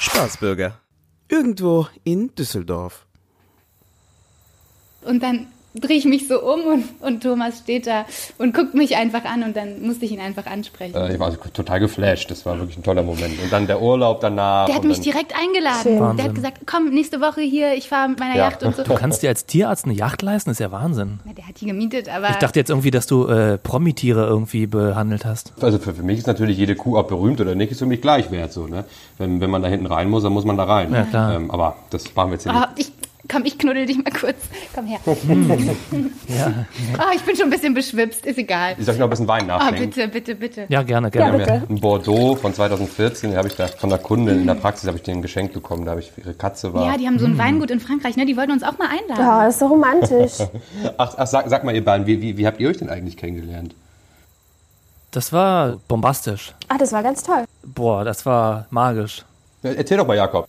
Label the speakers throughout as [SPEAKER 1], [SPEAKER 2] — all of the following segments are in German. [SPEAKER 1] Staatsbürger?
[SPEAKER 2] Irgendwo in Düsseldorf.
[SPEAKER 3] Und dann drehe ich mich so um und, und Thomas steht da und guckt mich einfach an und dann musste ich ihn einfach ansprechen.
[SPEAKER 4] Äh, ich war total geflasht. Das war wirklich ein toller Moment. Und dann der Urlaub danach.
[SPEAKER 3] Der hat
[SPEAKER 4] und
[SPEAKER 3] mich
[SPEAKER 4] dann-
[SPEAKER 3] direkt eingeladen. Der hat gesagt, komm, nächste Woche hier, ich fahre mit meiner
[SPEAKER 4] Ja.
[SPEAKER 3] Yacht und so.
[SPEAKER 5] Du kannst dir als Tierarzt eine Yacht leisten, ist ja Wahnsinn.
[SPEAKER 3] Ja, der hat die gemietet, aber
[SPEAKER 5] Ich dachte jetzt irgendwie, dass du äh, Promitiere irgendwie behandelt hast.
[SPEAKER 4] Also für, für mich ist natürlich jede Kuh, ob berühmt oder nicht, ist für mich gleich wert. So, ne? wenn, wenn man da hinten rein muss, dann muss man da rein.
[SPEAKER 5] Ja, klar.
[SPEAKER 4] Ähm, aber das machen wir jetzt hier
[SPEAKER 3] oh,
[SPEAKER 4] nicht.
[SPEAKER 3] ich, komm, ich knuddel dich mal kurz. Komm her.
[SPEAKER 5] Ja,
[SPEAKER 3] Oh, ich bin schon ein bisschen beschwipst, ist egal.
[SPEAKER 4] Ich soll noch ein bisschen Wein
[SPEAKER 3] Oh,
[SPEAKER 4] nachdenken.
[SPEAKER 3] bitte, bitte, bitte.
[SPEAKER 5] ja gerne,
[SPEAKER 4] Wir haben
[SPEAKER 5] gerne.
[SPEAKER 4] ja einen Bordeaux von 2014, den habe ich da von der Kundin in der Praxis habe ich den geschenkt bekommen. Da habe ich ihre Katze war.
[SPEAKER 3] Mhm. Ja, die haben so ein Weingut in Frankreich, ne? Die wollten uns auch mal einladen.
[SPEAKER 6] Ja, das ist so romantisch.
[SPEAKER 4] ach, ach sag, sag mal, ihr beiden, wie, wie, wie habt ihr euch denn eigentlich kennengelernt?
[SPEAKER 5] Das war bombastisch.
[SPEAKER 6] Ach, Ah, das war ganz toll.
[SPEAKER 5] Boah, das war magisch.
[SPEAKER 4] Ja, Erzähl doch mal, Jakob.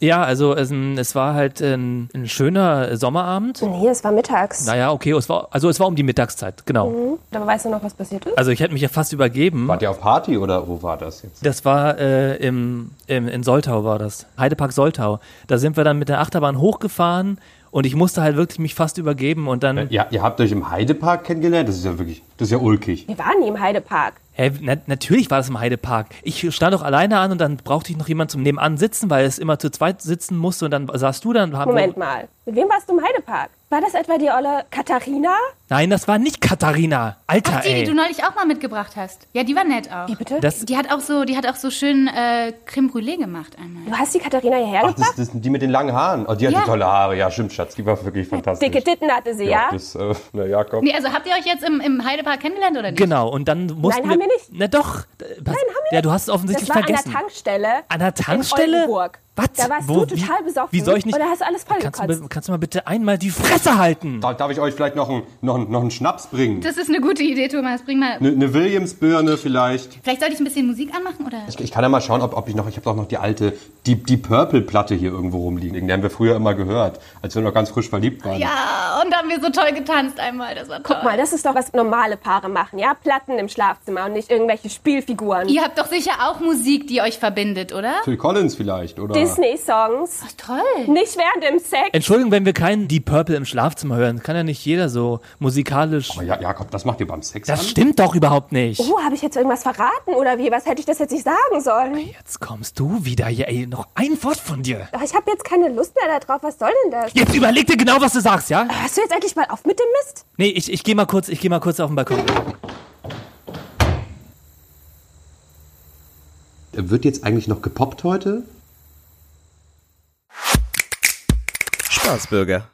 [SPEAKER 5] Ja, also es, es war halt ein, ein schöner Sommerabend.
[SPEAKER 6] Nee, es war mittags.
[SPEAKER 5] Naja, okay, es war, also es war um die Mittagszeit, genau.
[SPEAKER 6] Aber weißt du noch, was passiert ist?
[SPEAKER 5] Also ich hätte mich ja fast übergeben.
[SPEAKER 4] Wart ihr auf Party oder wo war das jetzt?
[SPEAKER 5] Das war äh, im, im, in Soltau war das, Heidepark Soltau. Da sind wir dann mit der Achterbahn hochgefahren und ich musste halt wirklich mich fast übergeben und dann,
[SPEAKER 4] Ja, ihr habt euch im Heidepark kennengelernt? Das ist ja wirklich, das ist ja ulkig.
[SPEAKER 6] Wir waren nie im Heidepark.
[SPEAKER 5] hä, na, natürlich war das im Heidepark. Ich stand doch alleine an und dann brauchte ich noch jemand zum Nebenan sitzen, weil es immer zu zweit sitzen musste und dann saß du dann. haben wir-
[SPEAKER 6] Moment mal. Mit wem warst du im Heidepark? War das etwa die olle Katharina?
[SPEAKER 5] Nein, das war nicht Katharina. Alter,
[SPEAKER 3] Ach, die, die
[SPEAKER 5] ey.
[SPEAKER 3] du neulich auch mal mitgebracht hast. Ja, die war nett auch.
[SPEAKER 6] bitte?
[SPEAKER 5] das,
[SPEAKER 3] Die hat auch so, die hat auch so schön äh, Creme Brûlée gemacht einmal.
[SPEAKER 6] Du hast die Katharina hierher
[SPEAKER 4] Ach, das,
[SPEAKER 6] gebracht?
[SPEAKER 4] das sind die mit den langen Haaren. Oh, die hatte
[SPEAKER 3] Ja.
[SPEAKER 4] tolle Haare. Ja, stimmt, Schatz. Die war wirklich fantastisch.
[SPEAKER 6] Dicke Titten hatte sie, ja?
[SPEAKER 4] Ja, das, äh, na, Jakob.
[SPEAKER 3] Nee, also habt ihr euch jetzt im, im Heidepark kennengelernt oder nicht?
[SPEAKER 5] genau, und dann mussten
[SPEAKER 6] haben wir nicht.
[SPEAKER 5] Na doch. Nein, haben
[SPEAKER 6] wir
[SPEAKER 5] Ja, du
[SPEAKER 6] nicht.
[SPEAKER 5] hast es
[SPEAKER 6] Das
[SPEAKER 5] offensichtlich
[SPEAKER 6] war
[SPEAKER 5] vergessen.
[SPEAKER 6] an der Tankstelle.
[SPEAKER 5] An der
[SPEAKER 6] In
[SPEAKER 5] Tankstelle?
[SPEAKER 6] Oldenburg.
[SPEAKER 5] Was?
[SPEAKER 6] Da warst
[SPEAKER 5] Wo?
[SPEAKER 6] du total
[SPEAKER 5] wie,
[SPEAKER 6] besoffen.
[SPEAKER 5] Wie soll ich nicht?
[SPEAKER 6] Und da hast du alles
[SPEAKER 5] kannst du,
[SPEAKER 6] vollgekotzt.
[SPEAKER 5] be- kannst du mal bitte einmal die Fresse halten?
[SPEAKER 4] Darf, darf ich euch vielleicht noch einen, noch, einen- noch einen Schnaps bringen?
[SPEAKER 3] Das ist eine gute Idee, Thomas. Bring mal.
[SPEAKER 4] Eine ne Williams-Birne vielleicht.
[SPEAKER 3] Vielleicht sollte ich ein bisschen Musik anmachen oder?
[SPEAKER 4] Ich, ich kann ja mal schauen, ob, ob ich noch. Ich habe doch noch die alte, die, die Purple-Platte hier irgendwo rumliegen. Die haben wir früher immer gehört, als wir noch ganz frisch verliebt waren.
[SPEAKER 3] Ja, Ah, und da haben wir so toll getanzt einmal. Das war toll.
[SPEAKER 6] Guck mal, das ist doch, was normale Paare machen, ja? Platten im Schlafzimmer und nicht irgendwelche Spielfiguren.
[SPEAKER 3] Ihr habt doch sicher auch Musik, die euch verbindet, oder?
[SPEAKER 4] Phil Collins vielleicht, oder?
[SPEAKER 6] Disney-Songs.
[SPEAKER 3] Das ist toll.
[SPEAKER 6] Nicht während dem Sex.
[SPEAKER 5] Entschuldigung, wenn wir keinen Deep Purple im Schlafzimmer hören. Kann ja nicht jeder so musikalisch.
[SPEAKER 4] Aber Oh, ja, Jakob, das macht ihr beim Sex an?
[SPEAKER 5] das stimmt doch überhaupt nicht.
[SPEAKER 6] Oh, habe ich jetzt irgendwas verraten oder wie? Was hätte ich das jetzt nicht sagen sollen?
[SPEAKER 5] Jetzt kommst du wieder hier, ey. Noch ein Wort von dir.
[SPEAKER 6] Aber ich habe jetzt keine Lust mehr darauf. Was soll denn das?
[SPEAKER 5] Jetzt überleg dir genau, was du sagst, ja?
[SPEAKER 6] Hast du jetzt endlich mal auf mit dem Mist?
[SPEAKER 5] Nee, ich, ich gehe mal kurz, ich gehe mal kurz auf den Balkon.
[SPEAKER 4] Wird jetzt eigentlich noch gepoppt heute?
[SPEAKER 1] Staatsbürger.